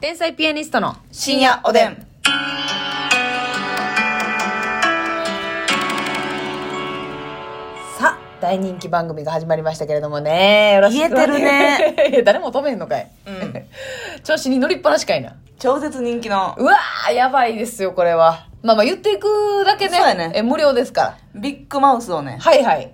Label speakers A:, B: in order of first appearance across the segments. A: 天才ピアニストの
B: 深夜おでん。
A: さあ大人気番組が始まりましたけれどもねよろしくお 願い
B: 言えて
A: るね誰も止めんのかい、 調子に乗りっぱなしかいな
B: 超絶人気の
A: うわーやばいですよこれはまあまあ言っていくだけね
B: そうやね
A: え無料ですから
B: ビッグマウスをね、
A: はいはい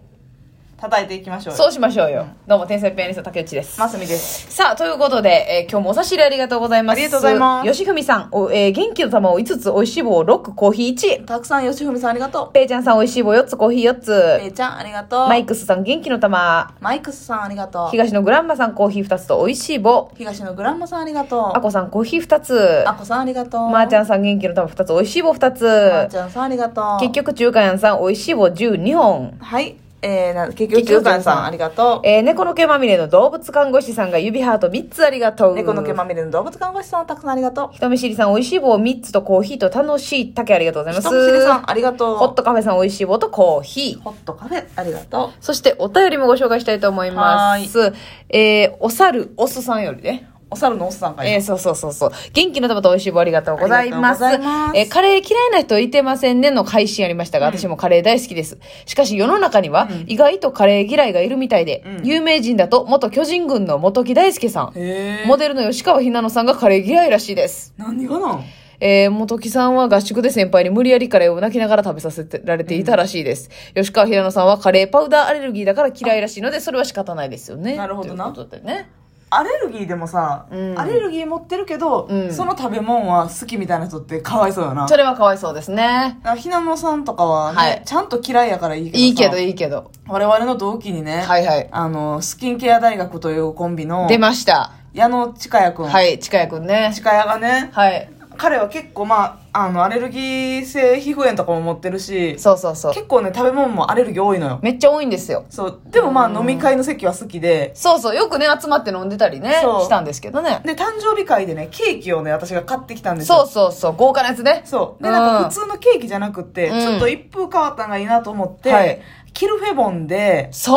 B: 叩いていきましょうよ。
A: そうしましょうよ、どうも天才ピアニスト竹内です
B: ますみです。
A: さあ、ということで、えー今日もお差し入れありがとうございます。
B: ありがとうございます
A: よしふみさん、おえー元気の玉を5つ、美味しい棒6、コーヒー1。
B: たくさんよしふみさんありがとう。
A: ペイちゃんさん、美味しい棒4つ、コーヒー4
B: えい
A: つ。
B: ちゃんありがとう。
A: マイクスさん、元気の玉。
B: マイクスさんありがとう。
A: 東のグランマさん、コーヒー2つと、美味しい棒。
B: 東のグランマさんありがと
A: あ
B: う。
A: こさん、コーヒー2つ。
B: あこさんありがとう。
A: まー、ちゃ
B: ん。
A: んさん、元気の玉2つ、美味しい棒2つ。
B: まーちゃんさんありがとう。
A: 結。局、中華やんさん、美味しい棒12本。
B: はい。えー、な結局、中間さんありがと
A: えー猫の毛まみれの動物看護師さんが指ハート3つありがと
B: う。
A: う。
B: 猫の毛まみれの動物看護師さんたくさんありがとう。
A: 人見知りさん、美味しい棒3つとコーヒーと楽しい竹ありがとうございます。
B: 人見知りさんありがとう。
A: ホットカフェさん、美味しい棒とコーヒー。
B: ホットカフェありがと
A: そして、お便りもご紹介したいと思います。えー、お猿、オスさんよりね。
B: う。お猿のおっさんがい
A: えー、
B: る。
A: そうそうそうそう。元気の玉と美味しい棒ありがとうございます。
B: ありがとうございます
A: えーカレー嫌いな人いてませんねの配信ありましたが、私もカレー大好きです。しかし世の中には意外とカレー嫌いがいるみたいで、
B: うん
A: 有名人だと元巨人軍の元木大輔さん、
B: へー
A: モデルの吉川ひなのさんがカレー嫌いらしいです。
B: 何がなん
A: えー、元木さんは合宿で先輩に無理やりカレーを泣きながら食べさせてられていたらしいです。吉川平野さんはカレーパウダーアレルギーだから嫌いらしいので、それは仕方ないですよね。
B: なるほどな
A: ということでね。
B: アレルギーでもさ、
A: うん
B: アレルギー持ってるけど、
A: うん
B: その食べ物は好きみたいな人ってかわいそうよな。
A: それはかわいそうですね。
B: だからひなのさんとかは、ね
A: はい
B: ちゃんと嫌いやからいいけどさ
A: いいけど、いいけど。
B: 我々の同期にね、
A: はいはい。
B: あのスキンケア大学というコンビの
A: 出ました。
B: 矢野千佳也君、
A: はい、近谷くんね。
B: 千佳也がね
A: はい。
B: 彼は結構まああのアレルギー性皮膚炎とかも持ってるし
A: そうそうそう。
B: 結構ね食べ物もアレルギー多いのよ
A: めっちゃ多いんですよ。
B: そうでもまあ飲み会の席は好きで
A: そうそう、よくね、集まって飲んでたりね、
B: そう
A: したんですけどね。
B: で誕生日会でねケーキをね私が買ってきたんですよ
A: そうそうそう、豪華なやつね。
B: そう。で、
A: うん
B: なんか普通のケーキじゃなくって、
A: うん
B: ちょっと一風変わったのがいいなと思って、
A: はい
B: キルフェボンで、
A: そ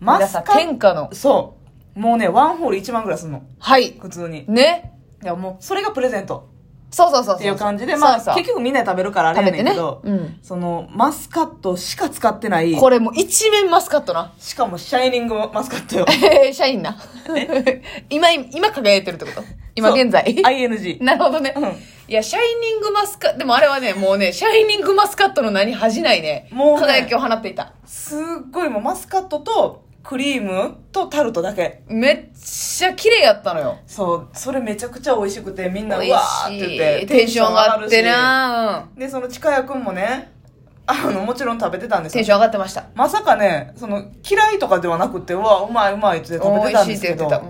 A: う
B: マ
A: 皆
B: スカ
A: さん、天下の。
B: そう。もうね、ワンホール1万ぐらいすんの。
A: はい。
B: 普通に。
A: ね。
B: いや、もう、それがプレゼント
A: そうそうそうそう。
B: っていう感じで、まあ、
A: そうそう
B: 結局みんなで食べるからあれやねんけど、
A: 食べてねうん
B: その、マスカットしか使ってない、
A: これもう一面マスカットな。。
B: しかもシャイニングマスカットよ
A: えー社員 な。今、今輝いてるってこと 今
B: そう
A: 現 在。
B: ING。
A: なるほどね。
B: うん
A: いや、シャイニングマスカット、でもあれはね、もうね、シャイニングマスカットの名に恥じないね、
B: もうね
A: 輝きを放っていた。
B: すっごいもうマスカットと、クリームとタルトだけ。
A: めっちゃ綺麗やったのよ。
B: そう、それめちゃくちゃ美味しくて、み
A: 美
B: んな、う
A: 味
B: わーって
A: し
B: 言って、
A: い。テンション上がってな、
B: でその近谷くんもねあのもちろん食べてたん
A: う
B: で
A: ん
B: す
A: テン
B: よ
A: ション上がってました。
B: まさかねその嫌いとかではなくてうわうまいうまいって食べてたんです
A: 美味しい
B: けど
A: って言って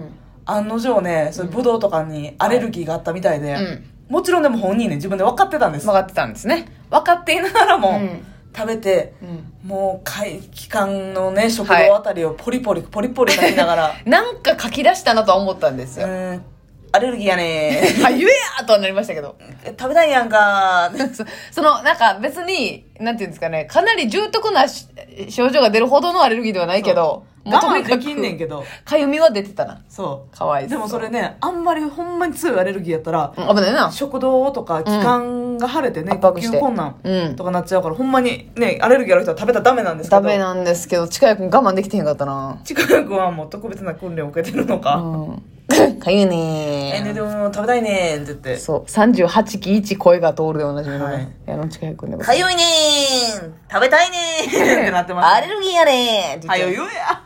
B: 案の定ねそれブドウとかにアレルギーがあったみたいで、
A: うん
B: もちろんでも本人ね自分で分かってたんです
A: 曲がってたんですね。
B: 分かっていながらも、
A: うん
B: 食べて、
A: うん
B: もう会期間のね食
A: はい
B: 堂あたりをポリポリポリポリ食べなが ら
A: なんか書き出したなとは思ったんです
B: う
A: よ。
B: ーんアレルギーやね
A: あ、言えやとはなりましたけど。
B: ー食べたいやんかー
A: そその、なんか別に、なんていうんですかね、かなり重篤なし症状が出るほどのアレルギーではないけど、も
B: 我
A: うとにか
B: 慢 で
A: く
B: きんねんけど
A: かゆみは出てたな。
B: そう
A: かわいそう
B: でもそれねあんまりほんまに強いアレルギーやったら、
A: うん危ないな。
B: 食道とか気管が腫れてね、
A: うん圧
B: 呼
A: 迫して
B: 吸困難
A: うん
B: とかなっちゃうから、ほんまにねアレルギーある人は食べたらダメなんですけ
A: ダ
B: ど
A: メなんですけど、近谷くん我慢できてへんかったな。
B: 近くはもう特別な訓練を受けてるの
A: う
B: か、
A: ん。 かゆい
B: えね
A: ね
B: でも食べたいねーって言って
A: そう。38期1声が通るでおなじみの
B: はい
A: ね。矢野近谷くんでご
B: 「
A: ざ
B: か
A: い
B: ゆいねー食べたいねー」ってなって ま
A: ます。
B: す
A: アレルギーやねーって
B: は
A: 言
B: よ
A: って。
B: ゆうや、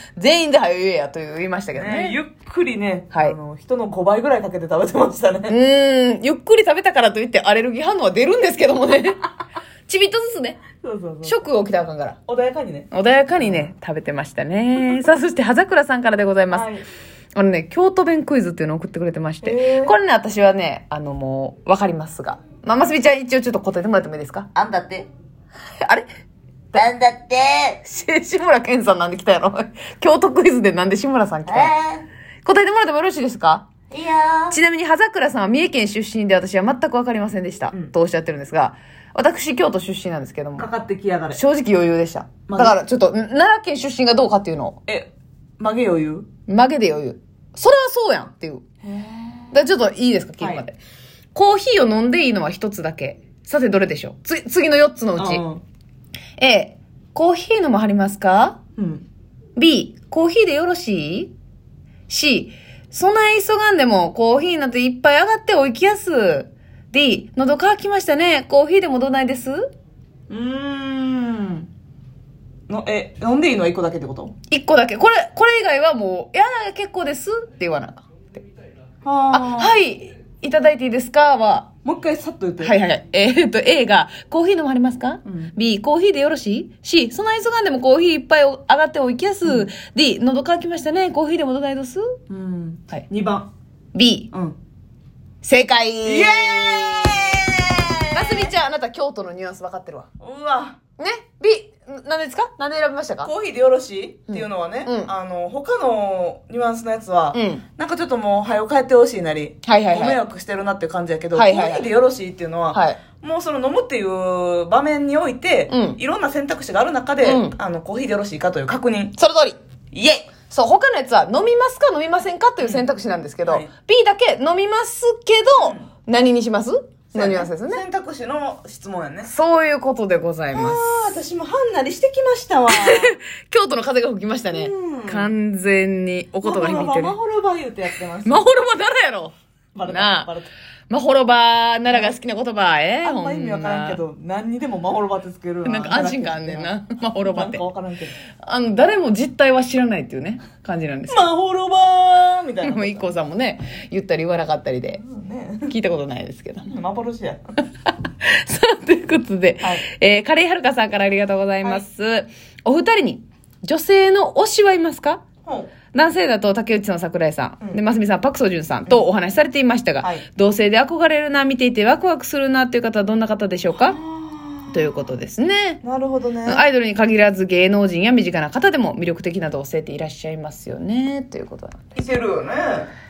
A: 全員ではよ言えやと言いましたけど
B: ね、
A: ね。
B: ゆっくりね、
A: はい
B: あの人の5倍ぐらいかけて食べてましたね、
A: うーん。ゆっくり食べたからといってアレルギー反応は出るんですけども ね。ちびっとずつね。
B: そうそうそう
A: ショックが起きたらあかんから。
B: 穏やかにね
A: 穏やかにね、食べてましたね。さあ、そして、葉桜さんからでございます。
B: はい
A: あのね、京都弁クイズっていうのを送ってくれてまし
B: へ
A: て
B: ー。
A: これね、私はね、あの、もう、わかりますが。まあ、ますみちゃん一応ちょっと答えてもらってもいいですか
B: あんだって
A: あれ
B: あん だって
A: し志村けんさんなんで来たやろ京都クイズでなんで志村さん来たやろ答えてもらってもよろしいですか
B: ーいいよ
A: ちなみに、葉桜さんは三重県出身で私は全くわかりませんでした。
B: うん
A: とおっしゃってるんですが、私、京都出身なんですけども
B: か、かってきやがれ
A: 正直余裕でした。
B: ま
A: だ
B: あ
A: から、ちょっと、ん奈良県出身がどうかっていうのを。
B: え、曲げよ言う
A: 曲げで余裕。それはそうやんっていう。だちょっといいですか、切るまで。コーヒーを飲んでいいのは一つだけ。さて、どれでしょうつ次の4つのうち。A、コーヒー飲まはりますか
B: うん。
A: ?B、コーヒーでよろしい ?C、そない急がんでもコーヒーなんていっぱい上がっておいきやす。D、喉乾きましたね。コーヒーでもどないです
B: うーん。の、え、飲んでいいのは一個だけってこと
A: 一個だけ。これ、これ以外はもう、いや、結構ですって言わなあかん。あ、
B: はあ。
A: はい、いただいていいですかは、
B: もう一回さっと言って。
A: はいはいはい。えーっと、A が、コーヒー飲まれますか、
B: うん
A: ?B、コーヒーでよろしい ?C、そんな急がんでもコーヒーいっぱい上がっておいきやす。D、喉乾きましたね。コーヒーでもどないどす
B: うん。
A: はい。
B: 2番。
A: B、
B: うん。
A: 正解
B: イエーイ
A: マスミちゃん、あなた京都のニュアンス分かってるわ。
B: うわ。
A: ね ?B、何ですか何で選びましたか
B: コーヒーでよろしいっていうのはね、
A: うん
B: あの、他のニュアンスのやつは、
A: うん
B: なんかちょっともう、はよ帰ってほしいなり、
A: はいはいはい
B: ご迷惑してるなっていう感じやけど、
A: はいはいはい
B: コーヒーでよろしいっていうのは、
A: はい
B: もうその飲むっていう場面において、
A: うん
B: いろんな選択肢がある中で、
A: うん
B: あの、コーヒーでよろしいかという確認。
A: その通り。
B: イエイ
A: そう、他のやつは飲みますか飲みませんかという選択肢なんですけど、
B: うんはい
A: B だけ飲みますけど、何にしますのニュアンスですね。
B: 選択肢の質問やね。
A: そういうことでございます。
B: あー、私もハンナリしてきましたわ。
A: 京都の風が吹きましたね。
B: うん
A: 完全にお言葉に響いてる
B: マ。ホロバ言うてやってます。
A: まほろば奈良やろ
B: バレた
A: な
B: バ
A: あ
B: レた。
A: まほろば奈良が好きな言葉、ええ
B: あんま意味わからんけど、何にでもマホロバってつける
A: ほんまなんか安心感あんねんな。。まほろば
B: な
A: っ
B: ん
A: て
B: か。わからんけど。
A: あの、誰も実態は知らないっていうね、感じなんです。
B: マホロバーみたいな
A: もう。i k さんもね、言ったり言わなかったりで、
B: ね
A: 聞いたことないですけど。
B: 幻や。
A: さあ、ということで、
B: はい
A: えーカレーはるかさんからありがとうございます。お二人に、女性の推しはいますか
B: ほ
A: 男性だと竹内さん、桜井さん、
B: うん
A: で、ますみさん、パクソジュンさんとお話しされていましたが、
B: はい
A: 同性で憧れるな、見ていてワクワクするなという方はどんな方でしょうかということですね。
B: うなるほどね。
A: アイドルに限らず芸能人や身近な方でも魅力的な同性っていらっしゃいますよね、ということなんで
B: いけるよね。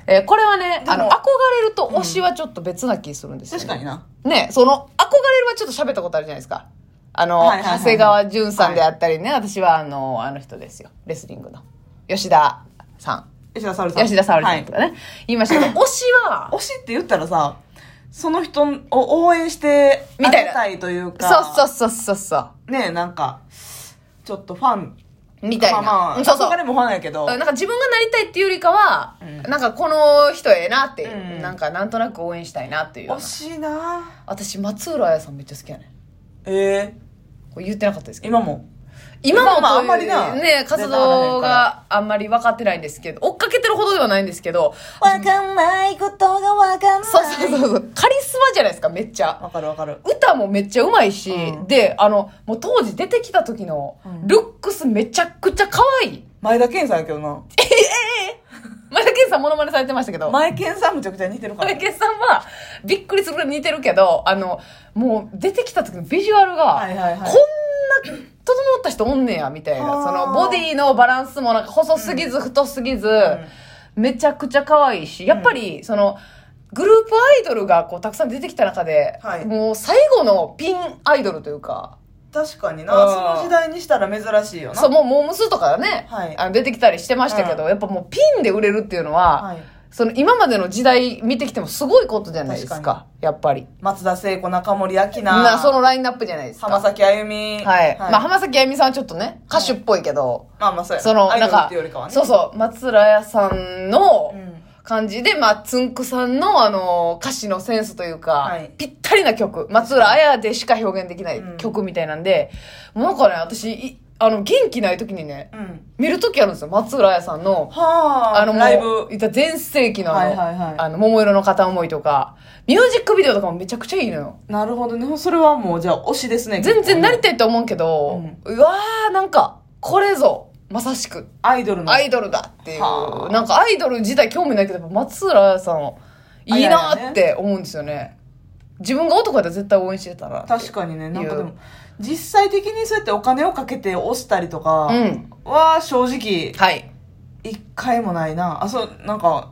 A: えーこれはね、
B: でも
A: あの、憧れると推しはちょっと別な気するんですよ、ね
B: 確かにな。
A: ね、その、憧れるはちょっと喋ったことあるじゃないですか。あの、
B: はいはいはいはい
A: 長谷川淳さんであったりね、私はあの、あの人ですよ。レスリングの。吉田さ
B: 吉田沙織
A: ん。
B: さん。
A: 吉田沙織さんと
B: は
A: かね。言いましたけど、 推しは、
B: い推しって言ったらさ、その人を応援してあげたいというか、
A: そうそうそうそうそう。
B: ねなんか、ちょっとファン。
A: みたいな。
B: まあま
A: う
B: あ、
A: んそうそう
B: 憧。れもファンやけど
A: な、んか自分がなりたいっていうよりかは、
B: うん
A: なんかこの人ええなって、
B: うん
A: なんかなんとなく応援したいなっていうよう
B: 惜
A: な。
B: しいな
A: 私、松浦彩さんめっちゃ好きやね。
B: え
A: これ言ってなかったですけど
B: ー、今も。
A: 今も
B: まあ
A: という
B: あんまりな
A: ね、活動があんまり分かってないんですけど、追っかけてるほどではないんですけど、
B: わかんないことがわかんな
A: そうそうそうそう、カリスマじゃないですか、めっちゃ。
B: わかるわかる。
A: 歌もめっちゃうまいし、
B: うん
A: で、あの、もう当時出てきた時の
B: うん、
A: ルックスめちゃくちゃ可愛い。
B: 前田健さんやけどな。
A: 前田健さんモノマネされてましたけど、前
B: 前健さんむちゃくちゃ似てるから
A: 田。健さんはびっくりするぐらい似てるけど、あの、もう出てきた時のビジュアルが、
B: はいはいはい
A: こんな整った人おんねや、みたいな。
B: あー
A: そのボディのバランスもなんか細すぎず太すぎず、めちゃくちゃ可愛いし、やっぱり、その、グループアイドルがこうたくさん出てきた中で、
B: はい
A: もう最後のピンアイドルというか、
B: 確かにな。
A: うん
B: その時代にしたら珍しいよな。
A: そう、もうモームスとかね、
B: はい
A: あの出てきたりしてましたけど、やっぱもうピンで売れるっていうのは、
B: はい
A: その今までの時代見てきてもすごいことじゃないですか、
B: 確か
A: やっぱり。
B: 松田聖子、中森明菜。
A: なそのラインナップじゃないですか。
B: 浜崎あゆみ。
A: はい。まあ、
B: まあ、
A: 浜崎あゆみさんはちょっとね、歌手っぽいけど、
B: まあまあ、そうや。
A: その、
B: アイ
A: なん
B: ドルっ
A: か
B: ていうよりかは、ね。
A: そうそう、松浦屋さんの
B: うん
A: 感じで、まあ、つんくさんの、あの、歌詞のセンスというか、
B: はい
A: ぴったりな曲、松浦綾でしか表現できない
B: うん
A: 曲みたいなんで、もうなんかね、私、いあの、元気ない時にね、
B: うん。
A: 見る時あるんですよ、松浦綾さんの、
B: はあ、
A: あの、もう
B: ライブ。
A: 言ったら全盛期のあの、
B: はいはいはい
A: あの、桃色の片思いとか、ミュージックビデオとかもめちゃくちゃいいのよ。
B: なるほどね。それはもう、じゃあ、推しですね。
A: 全然なりたいと思うけど、うわー、なんか、これぞ、まさしく、
B: アイドルの。
A: アイドルだっていう、
B: はあ
A: なんかアイドル自体興味ないけど、やっぱ松浦さん、いいなーって思うんですよね。自分が男だったら絶対応援してたら。
B: 確かにね。なんかで
A: い
B: も、実際的にそうやってお金をかけて推したりとか
A: うん
B: は、正直、
A: はい。
B: 一回もないな。あ、そう、なんか、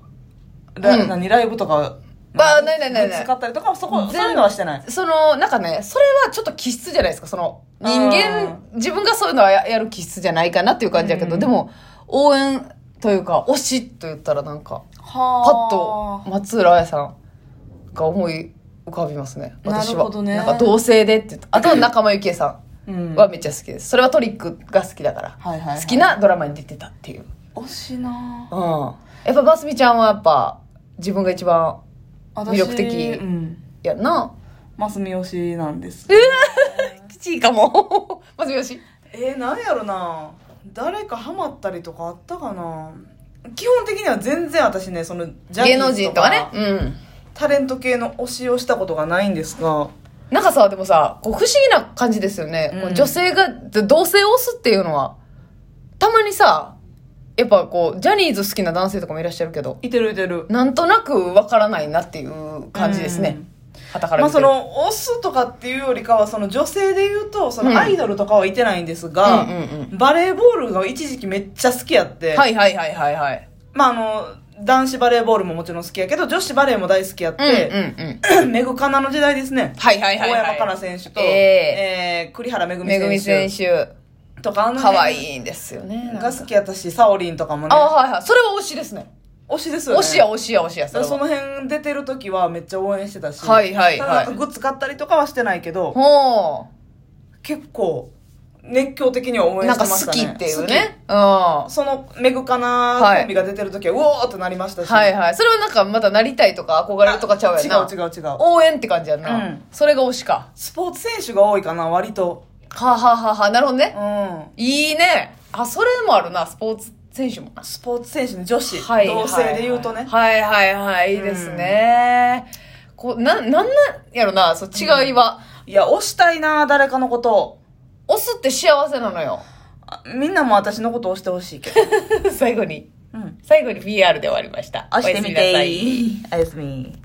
B: ラ
A: うん
B: 何ライブとか、
A: まあないないないない
B: 使ったりとか、そこ、
A: 全
B: そういうのはしてない。
A: その、なんかね、それはちょっと気質じゃないですか、その、人間、自分がそういうのはややる気質じゃないかなっていう感じだけど、
B: うん
A: でも、応援というか、推しと言ったらなんか、
B: は
A: パッと松浦彩さんが思い浮かびますね私は
B: なるほどね
A: んか同性でって言ったあとは仲間由紀恵さ
B: うん
A: んはめっちゃ好きですそれはトリックが好きだから、
B: はいはいはい
A: 好きなドラマに出てたっていう、うん、
B: 推しな
A: やっぱバスミちゃんはやっぱ自分が一番
B: 私
A: 魅力的
B: うん
A: やんな
B: マスミ推しなんです
A: きちいかも バスミよし
B: えー、何やろな誰かハマったりとかあったかな基本的には全然私ねそのジャニ
A: 芸
B: ー
A: 能
B: ズ
A: 人とかねうん
B: タレント系の推しをしたことがないんですが
A: なんかさでもさこう不思議な感じですよね、
B: うん
A: こう女性が同性を押すっていうのはたまにさやっぱこうジャニーズ好きな男性とかもいらっしゃるけど
B: いてるいてる
A: なんとなくわからないなっていう感じですね。傍から
B: まあ
A: 見て
B: そ
A: る。
B: の推すとかっていうよりかはその女性で言うとそ
A: うん
B: のアイドルとかはいてないんですが、
A: うんうんう
B: バレーボールが一時期めっちゃ好きやって、
A: はいはいはいはいはい。
B: まああの男子バレーボールももちろん好きやけど女子バレーも大好きやっ
A: うんうん
B: て、
A: うん。
B: メグカナの時代ですね
A: はいはい
B: 大
A: はい、はい。
B: 山かな選手と、
A: え
B: えー栗原めぐみ
A: めぐみ
B: 選
A: 選
B: 手
A: 手。
B: とかあの
A: かわ
B: 辺
A: いいんですよね。
B: が好きやったしサオリンとかもね
A: ああ、はいはい。それは推しですね。
B: 推しですよね
A: 推しや推しや推しや。そ
B: だ
A: れ
B: からそ
A: は。
B: の辺出てる時はめっちゃ応援してたし、
A: はいはいはい
B: ただなんかグッズ買ったりとかはしてないけど、
A: ほ
B: 結構熱狂的には応
A: う。
B: 援
A: なん
B: して
A: か
B: まし
A: 好
B: た
A: き
B: ね
A: っていうね。うん。は
B: 好きそのメグカナコンビが出てる時は、うおーってなりました
A: い
B: し、
A: はい。それはなんかまだなりたいとか憧れるとかちゃうやんな。
B: 違う違う違う
A: 応援って感じやんな。
B: うん
A: それが推しか。
B: スポーツ選手が多いかな割と
A: はあ、はあはあはあ、なるほど
B: う
A: ね。
B: ん
A: いいね。あ、それもあるな。スポーツ選手もな。
B: スポーツ選手の女子、
A: はい
B: 同性で言うとね、
A: はいはいはい、いいですね。こう、な、なんなんやろな、そう、違いは。
B: い、や推したいな誰かのことを
A: 押すって幸せなのよ。
B: あみんなも私のことを推してほしいけど、
A: 最後に、
B: うん、
A: 最後に PR で終わりました。
B: 押してみ
A: おやすみなさい
B: ておやすみ